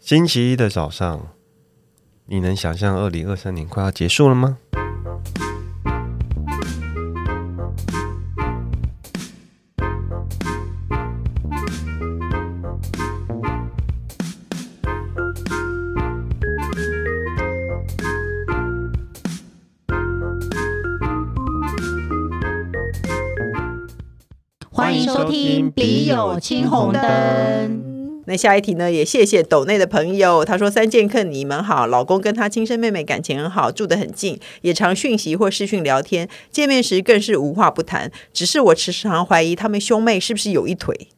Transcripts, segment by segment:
星期一的早上，你能想象二零二三年快要结束了吗？欢迎收听《笔友青红灯》。那下一题呢？也谢谢斗内的朋友，他说三剑客你们好，老公跟他亲生妹妹感情很好，住得很近，也常讯息或视讯聊天，见面时更是无话不谈。只是我时常怀疑他们兄妹是不是有一腿。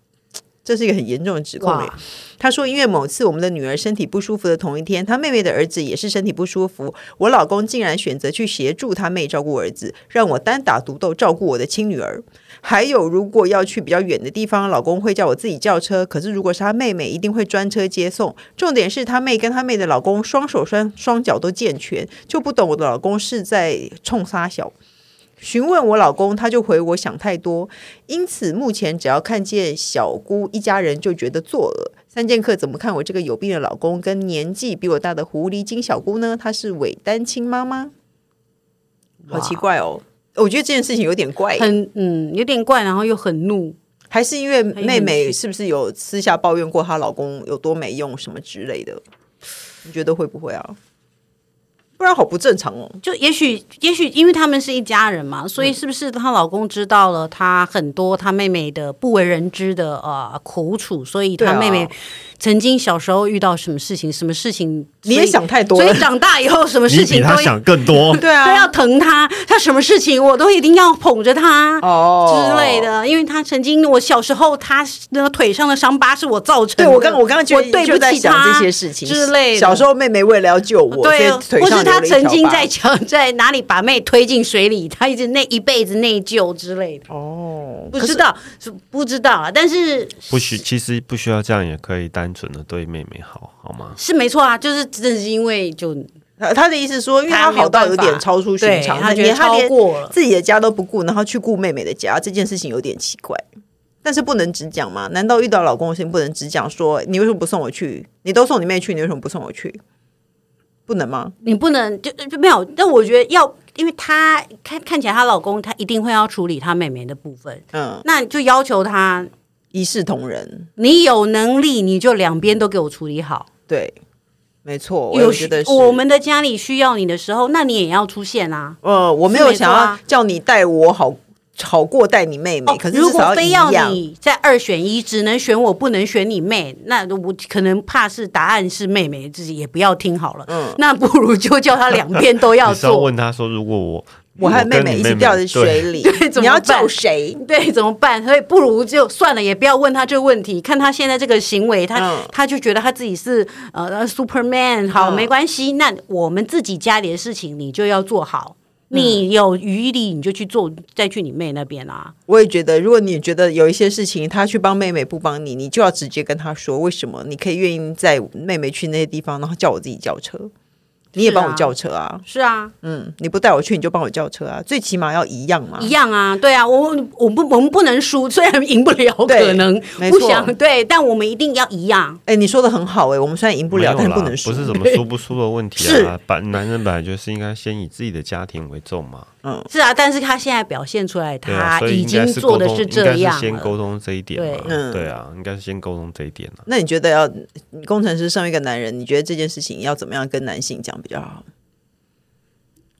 这是一个很严重的指控耶哇。他说，因为某次我们的女儿身体不舒服的同一天，他妹妹的儿子也是身体不舒服，我老公竟然选择去协助他妹照顾儿子，让我单打独斗照顾我的亲女儿。还有，如果要去比较远的地方，老公会叫我自己叫车。可是如果是他妹妹，一定会专车接送。重点是他妹跟他妹的老公双手双双脚都健全，就不懂我的老公是在冲杀小。询问我老公，他就回我想太多。因此，目前只要看见小姑一家人就觉得作恶。三剑客怎么看我这个有病的老公跟年纪比我大的狐狸精小姑呢？她是伪单亲妈妈，好奇怪哦！我觉得这件事情有点怪，很嗯，有点怪，然后又很怒，还是因为妹很有妹趣是不是有私下抱怨过她老公有多没用什么之类的？你觉得会不会啊？不然好不正常哦。就也许也许因为他们是一家人嘛，所以是不是她老公知道了她很多她妹妹的不为人知的呃苦楚，所以对她啊妹妹曾经小时候遇到什么事情，什么事情你也所以想太多了所以长大以后什么你事比情他都要想更 多。对啊都要，疼她，她什么事情我都一定要捧着她。哦之类。的，因为她曾经，我小时候她那个腿上的伤疤是我造成的。对我刚我刚刚就我对就不在起想她这些事情之类的。小时候妹妹为了要救我，对啊所以腿或上是他留了一曾条经疤在 墙在哪里把妹推进水里，他一直那一辈子内疚之类的，哦，不知道是不知道啊，但是不需，其实不需要这样，也可以单纯的对妹妹好，好吗？是没错啊，就是正是因为就他他的意思是说，因为他好到有点超出寻常，他没有连办法他对他觉得超连过了自己的家都不顾，然后去顾妹妹的家，这件事情有点奇怪。但是不能只讲嘛？难道遇到老公的事情不能只讲说你为什么不送我去？你都送你妹去，你为什么不送我去？不能吗？你不能就就没有，但我觉得要。因为她看看起来，她老公他一定会要处理她妹妹的部分，嗯，那就要求她，一视同仁，你有能力你就两边都给我处理好。对，没错，我有也觉得是。我们的家里需要你的时候，那你也要出现啊。呃，我没是有没错想要啊叫你带我好好过带你妹妹，哦可是如至少果非一要样。你在二选一，只能选我，不能选你妹，那我可能怕是答案是妹妹自己也不要听好了。嗯那不如就叫她两边都要 你是要做。问他说，如果我我和妹跟妹你一起掉进水对里 对，怎你要么办救谁？ 对，怎么办？所以不如就算了，也不要问她这个问题。看她现在这个行为，她嗯她就觉得她自己是呃 Superman。好，嗯没关系，那我们自己家里的事情你就要做好。嗯你有余力你就去做，再去你妹那边啊。我也觉得，如果你觉得有一些事情他去帮妹妹不帮你，你就要直接跟他说为什么。你可以愿意在妹妹去那些地方，然后叫我自己叫车，你也是啊帮我叫车啊。是啊，嗯，你不带我去，你就帮我叫车啊，最起码要一样嘛一。样啊，对啊，我我不我们不能输，虽然赢不了，对可能没不错想对，但我们一定要一样。哎、你说的很好哎、我们虽然赢不了，没有但啦不能输。不是怎么输 不输的问题啊。本男人本来就是应该先以自己的家庭为重嘛。是啊，但是他现在表现出来，对啊，他所以已应该经做的沟通应这该样先了。沟通这一点嘛。对嗯对啊，应该是先沟通这一点啊。那你觉得要你工程师身为一个男人，你觉得这件事情要怎么样跟男性讲比较好？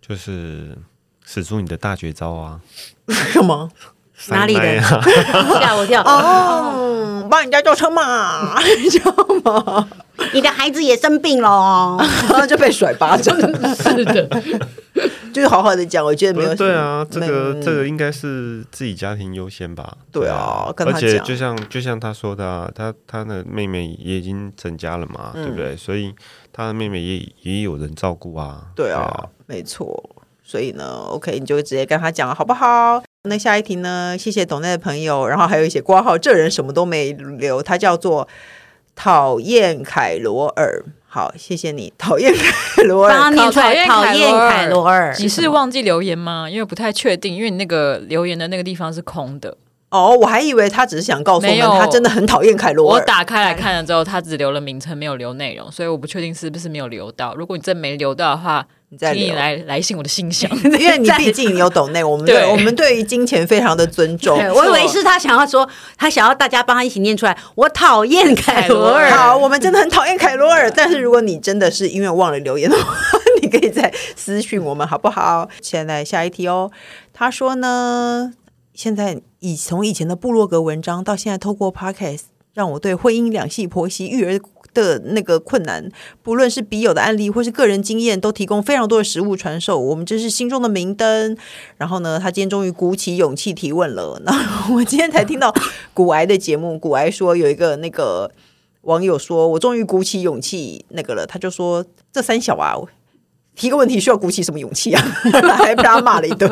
就是使出你的大绝招啊！什么？哪里的塞奶啊？吓我一 跳！嗯，帮人家叫车 嘛，知道吗？你的孩子也生病了哦，然后就被甩巴掌， 是的，就是好好的讲，我觉得没不有是什么对啊，这个嗯这个应该是自己家庭优先吧？对啊跟而他且讲就像就像他说的、啊，他他的妹妹也已经成家了嘛，嗯对不对？所以他的妹妹也也有人照顾啊。对啊，没错。所以呢，OK，你就直接跟他讲好不好？那下一题呢？谢谢董内的朋友，然后还有一些挂号，这人什么都没留，他叫做讨厌凯罗尔。好，谢谢你，讨厌凯罗帮尔他。念出来，讨讨厌厌凯凯罗罗尔。你是忘记留言吗？因为不太确定，因为你那个留言的那个地方是空的。哦，我还以为他只是想告诉我们，没有他真的很讨厌凯罗我尔。打开来看了之后，他只留了名称，没有留内容，所以我不确定是不是没有留到。如果你真没留到的话，你再请你留，来来信我的信箱。 因为你毕竟你有懂内，我们对对我们对于金钱非常的尊 重。对，我以为是他想要说，他想要大家帮他一起念出来。我讨厌凯罗凯罗尔尔，好，我们真的很讨厌凯罗尔，但是如果你真的是因为忘了留言的话，你可以再私讯我们，好不好？先来下一题哦。他说呢，现在以从以前的部落格文章到现在透过 podcast，让我对婚姻两性婆媳育儿。的那个困难，不论是笔友的案例或是个人经验，都提供非常多的实物传授。我们真是心中的明灯。然后呢，他今天终于鼓起勇气提问了。那我今天才听到古癌的节目，古癌说有一个那个网友说：“我终于鼓起勇气那个了。”他就说：“这三小啊，提个问题需要鼓起什么勇气啊？” 还被他骂了一顿。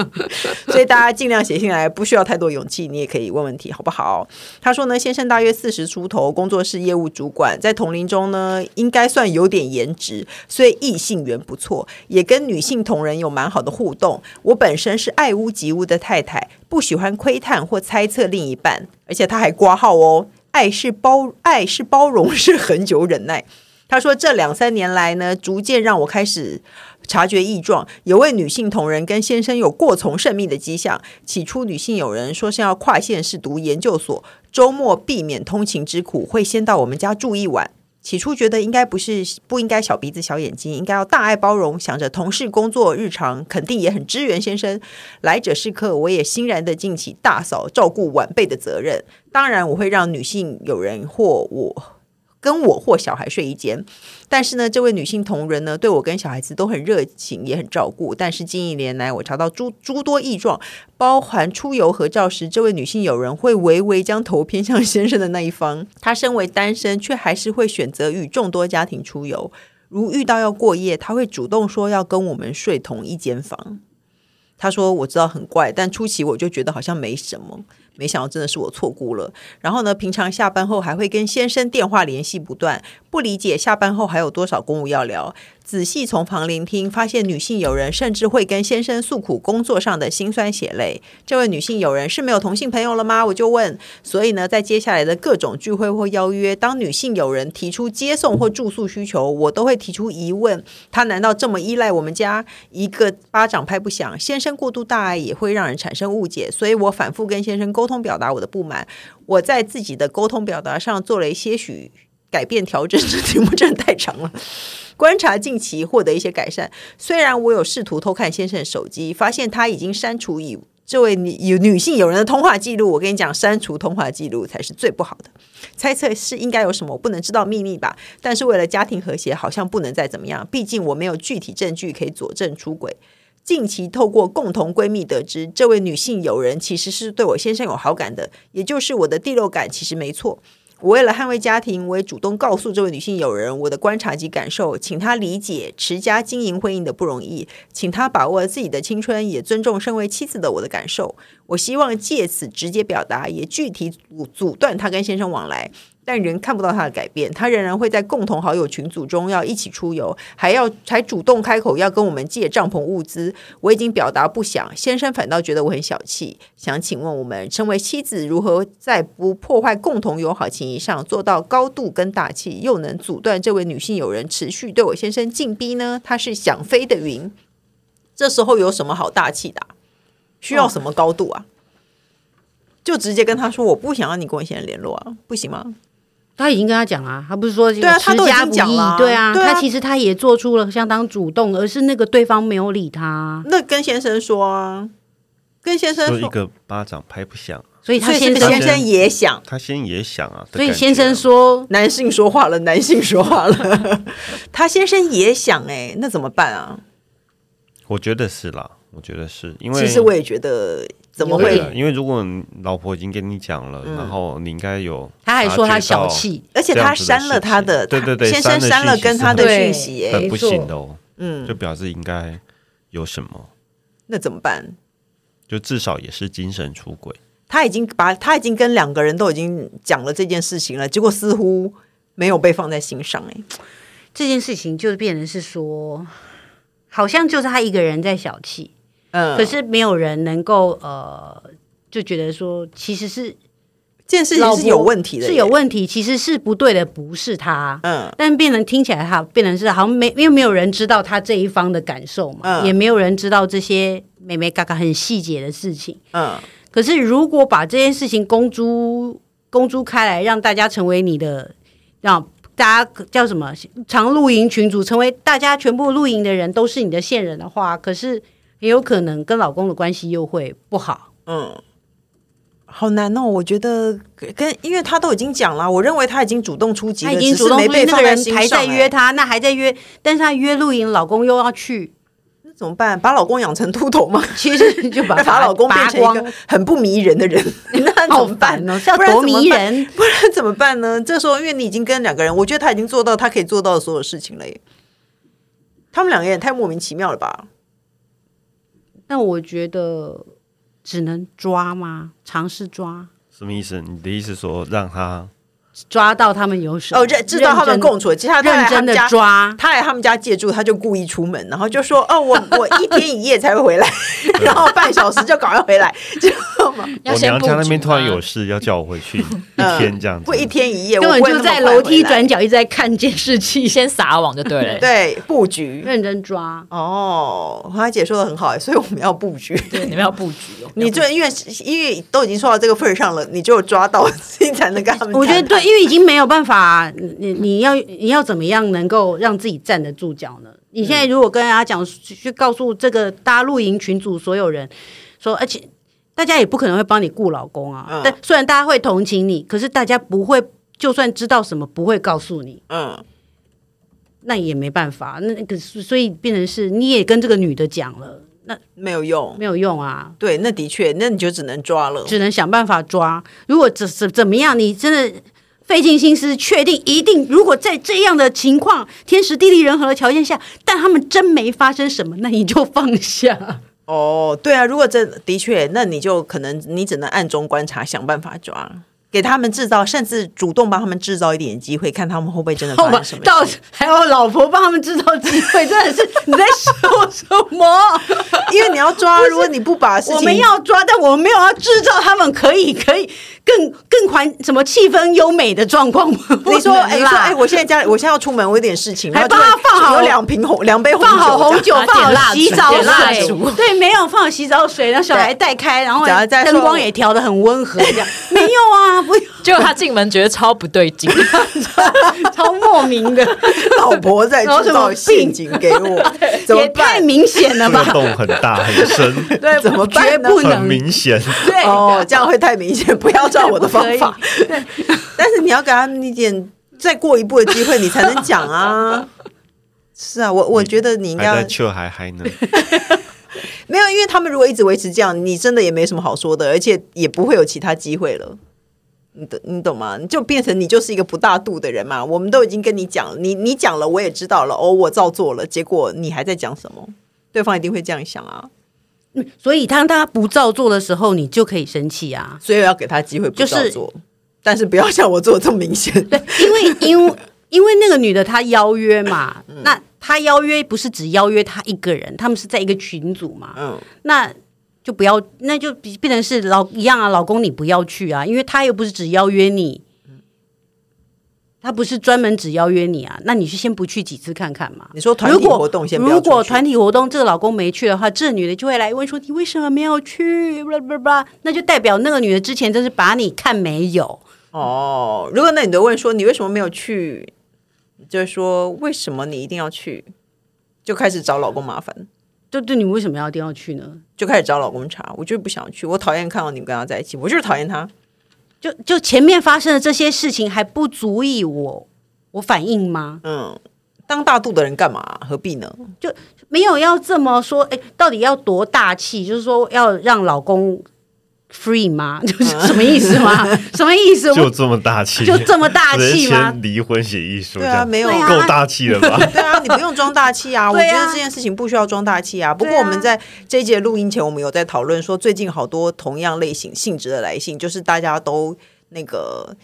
所以大家尽量写信来，不需要太多勇气，你也可以问问题，好不好？他说呢，先生大约四十出头，工作室业务主管，在同龄中呢，应该算有点颜值，所以异性缘不错，也跟女性同仁有蛮好的互动。我本身是爱屋及乌的太太，不喜欢窥探或猜测另一半，而且他还挂号哦。爱是包，爱是包容，是很久忍耐。他说这两三年来呢，逐渐让我开始察觉异状，有位女性同仁跟先生有过从甚密的迹象。起初，女性友人说是要跨县市读研究所，周末避免通勤之苦，会先到我们家住一晚。起初觉得应该不是不应该小鼻子小眼睛，应该要大爱包容。想着同事工作日常肯定也很支援先生，来者是客，我也欣然的尽起大嫂照顾晚辈的责任。当然，我会让女性友人或我跟我或小孩睡一间。但是呢，这位女性同仁呢，对我跟小孩子都很热情，也很照顾。但是近一年来，我查到诸诸多异状，包含出游合照时，这位女性友人会微微将头偏向先生的那一方。她身为单身，却还是会选择与众多家庭出游。如遇到要过夜，她会主动说要跟我们睡同一间房。她说：“我知道很怪，但初期我就觉得好像没什么，没想到真的是我错估了。然后呢，平常下班后还会跟先生电话联系不断，不理解下班后还有多少公务要聊。仔细从旁聆听，发现女性友人甚至会跟先生诉苦工作上的辛酸血泪。这位女性友人是没有同性朋友了吗？我就问。所以呢，在接下来的各种聚会或邀约，当女性友人提出接送或住宿需求，我都会提出疑问：她难道这么依赖我们家？一个巴掌拍不响，先生过度大爱也会让人产生误解。所以我反复跟先生沟通表达我的不满，我在自己的沟通表达上做了一些许改变调整，这题目真的太长了。 观察近期获得一些改善，虽然我有试图偷看先生的手机，发现他已经删除以这位女有女性友人的通话记录。我跟你讲，删除通话记录才是最不好的。猜测是应该有什么我不能知道秘密吧？但是为了家庭和谐，好像不能再怎么样，毕竟我没有具体证据可以佐证出轨。近期透过共同闺蜜得知，这位女性友人其实是对我先生有好感的，也就是我的第六感其实没错。我为了捍卫家庭，我也主动告诉这位女性友人我的观察及感受，请她理解持家经营婚姻的不容易，请她把握自己的青春，也尊重身为妻子的我的感受。我希望借此直接表达，也具体阻阻断她跟先生往来。但人看不到她的改变，她仍然会在共同好友群组中要一起出游，还要还主动开口要跟我们借帐篷物资。我已经表达不想，先生反倒觉得我很小气。想请问我们，身为妻子如何在不破坏共同友好情谊上做到高度跟大气，又能阻断这位女性友人持续对我先生进逼呢？她是想飞的云，这时候有什么好大气的啊、需要什么高度啊？就直接跟他说，我不想要你跟我先生联络啊，不行吗？他已经跟他讲了，他不是说对对啊他都已经讲了啊对啊，对啊他其实他也做出了相当主动，而是那个对方没有理他，那跟先生说啊，跟先生说啊一说，个巴掌拍不响，所以他所以是先不是生先生也想。他先也想啊。的所以感觉先生说，男性说话了，男性说话了， 他先生也想哎、那怎么办啊？我觉得是啦，我觉得是因为其实我也觉得怎么对会嗯啊，因为如果你老婆已经跟你讲了，然后你应该有，他还说他察觉到小气，而且他删了他的，这样子的事情对对对先生删删了了跟他的讯息、对哎，很没不错行的哦，嗯，就表示应该有什么，那怎么办？就至少也是精神出轨。他已经把他已经跟两个人都已经讲了这件事情了，结果似乎没有被放在心上、哎，这件事情就变成是说，好像就是他一个人在小气，嗯，可是没有人能够呃，就觉得说，其实是这件事老婆情是有问题的，是有，问题，其实是不对的，不是他。嗯，但变成听起来哈，变成是好像没，因为没有人知道他这一方的感受嘛，嗯也没有人知道这些妹妹嘎嘎很细节的事情。嗯，可是如果把这件事情公诸公诸开来，让大家成为你的，让大家叫什么常露营群组，成为大家全部露营的人都是你的线人的话，可是也有可能跟老公的关系又会不好。嗯，好难哦。我觉得跟因为他都已经讲了，我认为他已经主动出击了，他已经只是主动没出击被那放个在人心上、还在哎约他，那还在约，但是他约露营，老公又要去，那怎么办？把老公养成秃头吗？其实就 把把老公变拔成一光个，很不迷人 的人，那好怎么办烦哦，是要不然多怎么迷办人。不然怎么办呢？这时候，因为你已经跟两个人，我觉得他已经做到他可以做到的所有事情了耶。他们两个也太莫名其妙了吧？但我觉得只能抓吗？尝试抓，什么意思？你的意思说让他抓到他们有什么？哦，认知道他们认真共处，其实他他来认他真们的家，抓，他来他们家借住，他就故意出门，然后就说：“哦，我我一天一夜才会回来， 然后半小时就赶快回来，知道吗？要我先娘布家那局边突然吗有事 要叫我回 去一天这样子不，一天一夜，根哎我本嗯不就会那么在快楼梯回来。转角一直在看监视器，先撒网就对 了对布局。”认真抓。哦，他姐说的很好，所以我们要布局。对，你们要布局哦。 你要布局就因为因为都已经说到这个份儿上了，你就有抓到，所以才能跟他们谈。我觉得对，因为已经没有办法，你你你要你要怎么样能够让自己站得住脚呢？你现在如果跟大家讲，去告诉这个大家露营群组所有人说，而且大家也不可能会帮你雇老公啊。嗯但虽然大家会同情你，可是大家不会，就算知道什么，不会告诉你。嗯，那也没办法，那那个所以变成是你也跟这个女的讲了，那没有用。没有用啊。对，那的确，那你就只能抓了。只能想办法抓。如果怎怎怎么样，你真的费尽心思，确定一定，如果在这样的情况、天时地利人和的条件下，但他们真没发生什么，那你就放 下。哦，对啊，如果这的确，那你就可能你只能暗中观察，想办法抓，给他们制造，甚至主动帮他们制造一点机会，看他们会不会真的好发吧生什，么事。到还有老婆帮他们制造机会，真的是你在说什 么？因为你要抓，如果你不把事情，我们要抓，但我们没有要制造他们可以可以更更环什么气氛优美的状况。你说，不哎，说，能啦哎，我现在家里，我现在要出门，我有点事情，还然后就帮他会放好有两瓶红，两杯红酒哎放好红这酒样，放点蜡好烛洗澡点蜡水烛，对，没有放好洗澡水，让小孩带开，然后然后再说灯光也调的很温和， 这样没有啊，不结果他进门觉得超不对劲，超莫名的， 老婆在然后制造什么病陷阱给我， 怎么也太办？明显了这个 吧？洞很大很 深，对，怎么绝办呢？不很能明显。对，哦，这样会太明显，不要照我的 方法。但是你要给他们一点再过一步的机会，你才能讲 啊。是啊，我我觉得你应该还在要秋还嗨 呢，没有，因为他们如果一直维持这样，你真的也没什么好说的，而且也不会有其他机会了。你懂你懂吗？你就变成你就是一个不大度的人嘛。我们都已经跟你讲了，你你讲了，我也知道了，哦，我照做了，结果你还在讲什么？对方一定会这样想啊，所以当他不照做的时候，你就可以生气啊，所以我要给他机会不就是照做，但是不要像我做的这么 明显。对，因为因为因为那个女的她邀约嘛，那她邀约不是只邀约她一个人，他们是在一个群组嘛，嗯。那就不要，那就比变成是老一样啊，老公你不要去啊，因为他又不是只邀约你，他不是专门只邀约你啊，那你是先不去几次看看嘛？你说团如体果活动先不要如果出去团体活动这个老公没去的话，这女的就会来问说你为什么没有去？blah blah blah，那就代表那个女的之前真是把你看没有，哦，如果那你都问说你为什么没有去，就是说为什么你一定要去，就开始找老公麻烦，就对你为什么要一定要去呢？就开始找老公茬。我就是不想去，我讨厌看到你们跟他在一起，我就是讨厌他。就就前面发生的这些事情还不足以我我反应吗？嗯，当大肚的人干嘛？何必呢？没有要这么说，哎，到底要多大气？就是说要让老公 free 吗？ 就是什么意思 吗？什么意思？就我这么大气，就这么大直接气吗签？离婚协议书，对这啊样没有对啊够大气了 吧？ 对啊，你不用装大气 啊！我对觉啊得这件事情不需要装大气啊。不过对我啊们在这一节录音前，我们有在讨论说，最近好多同样类型性质的来信，就是大家都那个。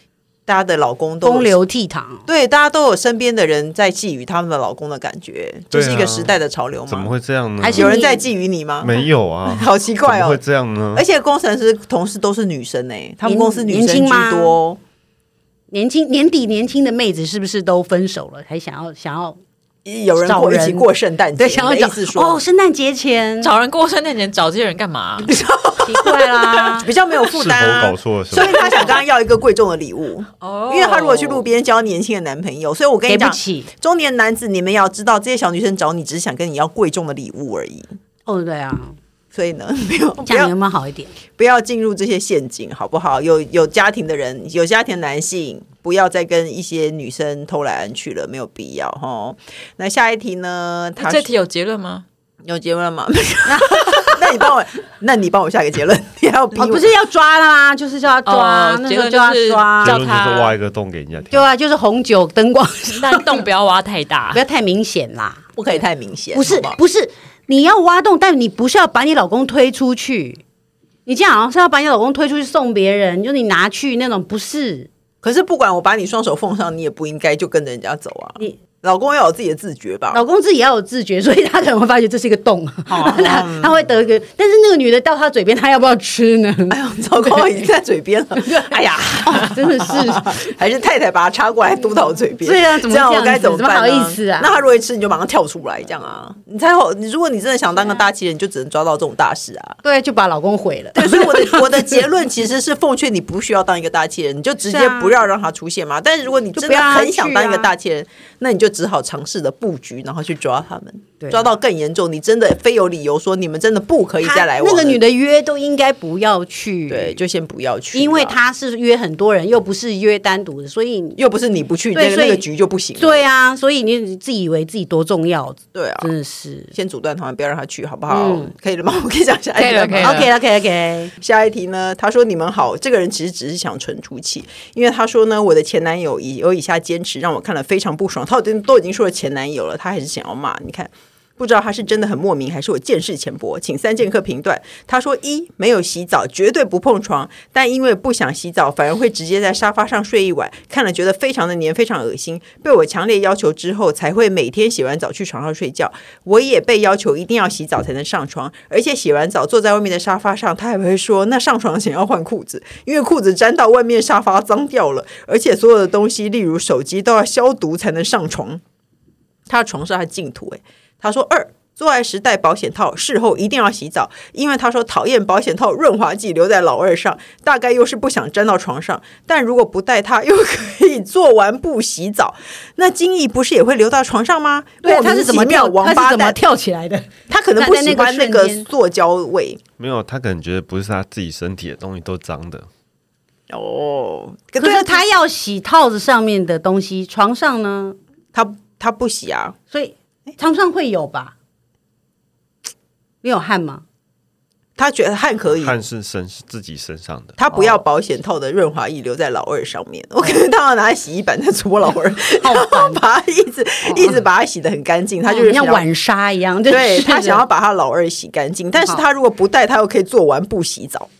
大家的老公都有风流倜傥。对，大家都有身边的人在觊觎他们的老公的感觉，这、对啊是一个时代的潮流怎么嘛？会这样呢？还是有人在觊觎你吗？没有啊 ？好奇怎怪么哦会！这样呢而？且工程师同事都是女生哎、他们年公司女生年轻居吗多哦。年轻年底年轻的妹子是不是都分手了，还想要想要有人找过一起人过圣诞节，对想要你的找意思说，哦，圣诞节前找人过圣诞节找这些人干嘛？奇怪啦比较没有负是担否啊搞。错了什所么以？他想跟他要一个贵重的礼物，哦因为他如果去路边交年轻的男朋友，所以我 跟你给不讲，起中年男子你们要知道，这些小女生找你只是想跟你要贵重的礼物而已。哦，对啊，所以呢，没 有不这样要有没有好一点？不要进入这些陷阱，好不好？有有家庭的人，有家庭的男性，不要再跟一些女生偷来暗去了，没有必要哈。那下一题呢？他哦这题有结 论吗？有结 论吗？ 那你帮我，那你帮我下一个结论， 你还要逼我？哦，不是要抓啦吗？就是叫他抓哦，那结时候论就要就是抓叫结，论就他是挖一个洞给人家对跳。啊，就是红酒灯光， 但洞不要挖太大不。要太明显啦。不可以太明显，不是好好不是，你要挖洞，但你不是要把你老公推出去。你这样好像是要把你老公推出去送别人，就你拿去那种，不是？可是不管我把你双手奉上，你也不应该就跟着人家走啊。你老公要有自己的自觉吧。 老公自己要有自觉，所以他可能会发觉这是一个洞，哦 他他会得一个。但是那个女的到他嘴边，他要不要吃呢？哎糟糕，已经在嘴边了。哎呀，哦 真的是， 还是太太把他插过来嘟到我嘴边。对啊怎么这样这我样该子怎么怎么办？好意思啊那他如果一吃，你就马上跳出来，这样啊？你才好。你如果你真的想当个啊大奇人，你就只能抓到这种大事啊。对，就把老公毁 了。对，所以我的我的结论其实是奉劝你不需要当一个大气人，你就直接是啊不要让他出现嘛。但是如果你就真不的要让他很想当一个去啊大气人，那你就只好尝试的布局，然后去抓他们，对啊抓到更严重，你真的非有理由说你们真的不可以他再来往那了。个女的约都应该不要去，对，，就先不要去啊，因为她是约很多人，又不是约单独的，所以又不是你不去，对那个所以那个局就不行。对啊，所以你自己以为自己多重要，对啊，真的是。先阻断他们，不要让他去，好不好？嗯可以了吗？我可以讲下一可以题了吗可以 OK 了 OK OK，下一题呢？他说：“你们好，这个人其实只是想存出气，因为他说呢，我的前男友以有以下坚持让我看了非常不爽。他已经都已经说了前男友了，他还是想要骂。你看，不知道他是真的很莫名，还是我见识浅薄，请三剑客评断。他说：一没有洗澡，绝对不碰床，但因为不想洗澡，反而会直接在沙发上睡一晚，看了觉得非常的黏，非常恶心。被我强烈要求之后，才会每天洗完澡去床上睡觉。我也被要求一定要洗澡才能上床，而且洗完澡坐在外面的沙发上，他还会说那上床前要换裤子，因为裤子沾到外面沙发脏掉了，而且所有的东西，例如手机，都要消毒才能上床。他的床是他的净土、欸，他说二。做爱时戴保险套，事后一定要洗澡，因为他说讨厌保险套润滑剂留在老二上，大概又是不想沾到床上。但如果不戴它，又可以做完不洗澡，那精液不是也会留到床上吗？对啊，莫名她是怎么其妙跳？王她八是怎么蛋！跳起来的？他可能不喜欢那在那个个瞬间塑胶味没有，他可能觉得不是他自己身体的东西都脏的，哦。可对啊是她要洗套子上面的东西，床上呢？他他不洗啊，所以床上会有吧？你有汗吗？他觉得汗可以，汗是身是自己身上的。他不哦要保险套的润滑液留在老二上面。我可能他要拿来洗衣板再搓老二，好 烦把它一直一直把它洗得很干净。他就是哦像想要晚沙一样，对他他想要把他老二洗干净，但是他如果不戴，他又可以做完不洗澡。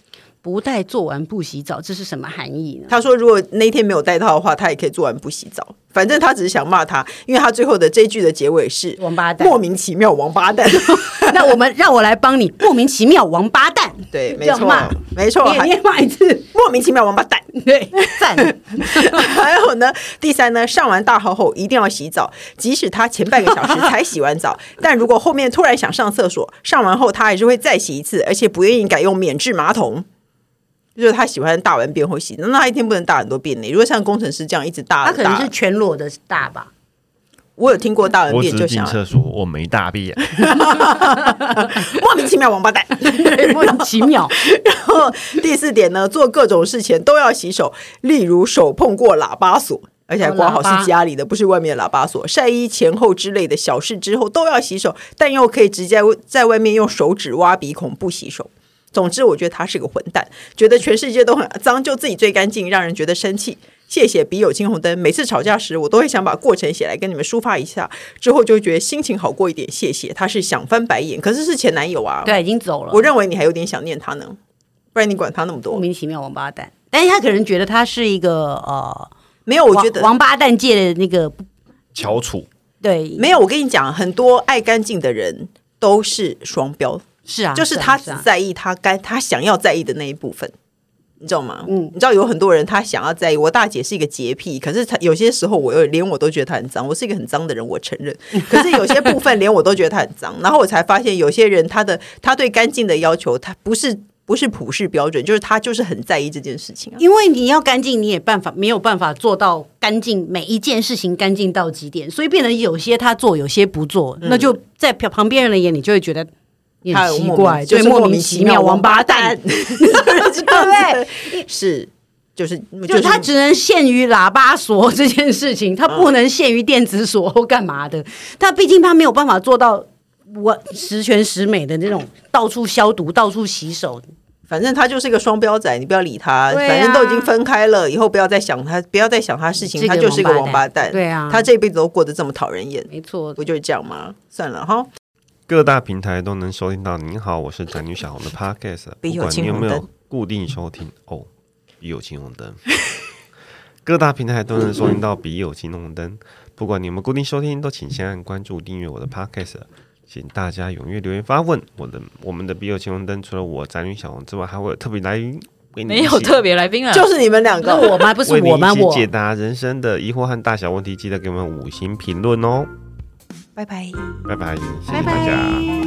不带做完不洗澡，这是什么含义呢？他说，如果那天没有戴套的话，他也可以做完不洗澡。反正他只是想骂他，因为他最后的这一句的结尾是王八蛋莫名其妙王八 蛋。那我们让我来帮你，莫名其妙王八 蛋，对，没这样错骂，没错，你也你还也骂一次，莫名其妙王八蛋。对， 赞，还有呢，第三呢，上完大号后一定要洗澡，即使他前半个小时才洗 完澡，但如果后面突然想上厕所，上完后他还是会再洗一次，而且不愿意改用免治马桶。就是他喜欢大完便后洗，那他一天不能大很多便呢？如果像工程师这样一直大，他可能是大全裸的大 吧？我有听过大完我只便就是进想厕所，我没大便。 莫名其妙王八 蛋。莫名其妙，然后第四点呢，做各种事前都要洗手，例如手碰过喇叭锁。而且还挂好哦喇叭是家里的，不是外面的喇叭锁。晒衣前后之类的小事之后都要洗手，但又可以直接在外面用手指挖鼻孔不洗手。总之，我觉得他是个混蛋，觉得全世界都很脏，就自己最干净，让人觉得生气。谢谢笔友青红灯，每次吵架时，我都会想把过程写来跟你们抒发一下，之后就会觉得心情好过一点。谢谢，他是想翻白眼，可是是前男友啊。对，已经走了，我认为你还有点想念他呢，不然你管他那么莫多。名其妙王八蛋。但是他可能觉得他是一个呃没有，我觉得王王八蛋界的那个翘楚，对，没有。我跟你讲，很多爱干净的人都是双标，是啊，就是啊他只啊在意他该他想要在意的那一部分，你知道吗？嗯你知道有很多人他想要在意。我大姐是一个洁癖，可是她有些时候我又连我都觉得她很脏。我是一个很脏的人，我承认。可是有些部分连我都觉得她很脏，然后我才发现有些人他的他对干净的要求，他不是不是普世标准，就是他就是很在意这件事情啊。因为你要干净，你也办法没有办法做到干净，每一件事情干净到极点，所以变成有些他做，有些不做，那就在旁旁边人的眼里就会觉得你嗯他很有奇莫名怪，就对，是莫名，其妙，王八蛋，对对对？是，就是就就是他只能限于喇叭锁这件事情，他不能限于电子锁或干嘛的，他毕竟他没有办法做到。我十全十美的那种，到处消毒、到处洗手，反正他就是个双标仔，你不要理他，对啊反正都已经分开了，以后不要再想他，不要再想他的事情，这个他就是一个王八蛋。对啊，他这辈子都过得这么讨人厌，没错，不就是这样吗？算了哈，各大平台都能收听到。您好，我是宅女小红的 Podcast，笔不友管青你有红没有灯固定收听哦，笔友青红灯， 各大平台都能收听到笔友青红灯。不管你有没有固定收听，都请先按关注、订阅我的 Podcast。请大家踊跃留言发问。我的我们的笔友青红灯，除了我宅女小红之外，还会有特别来宾为你没有一起特别来宾啊，就是你们两不是个，我吗？不是为你我吗？一起我解答人生的疑惑和大小问题，记得给我们五星评论哦。拜拜。拜拜，谢谢大家。拜拜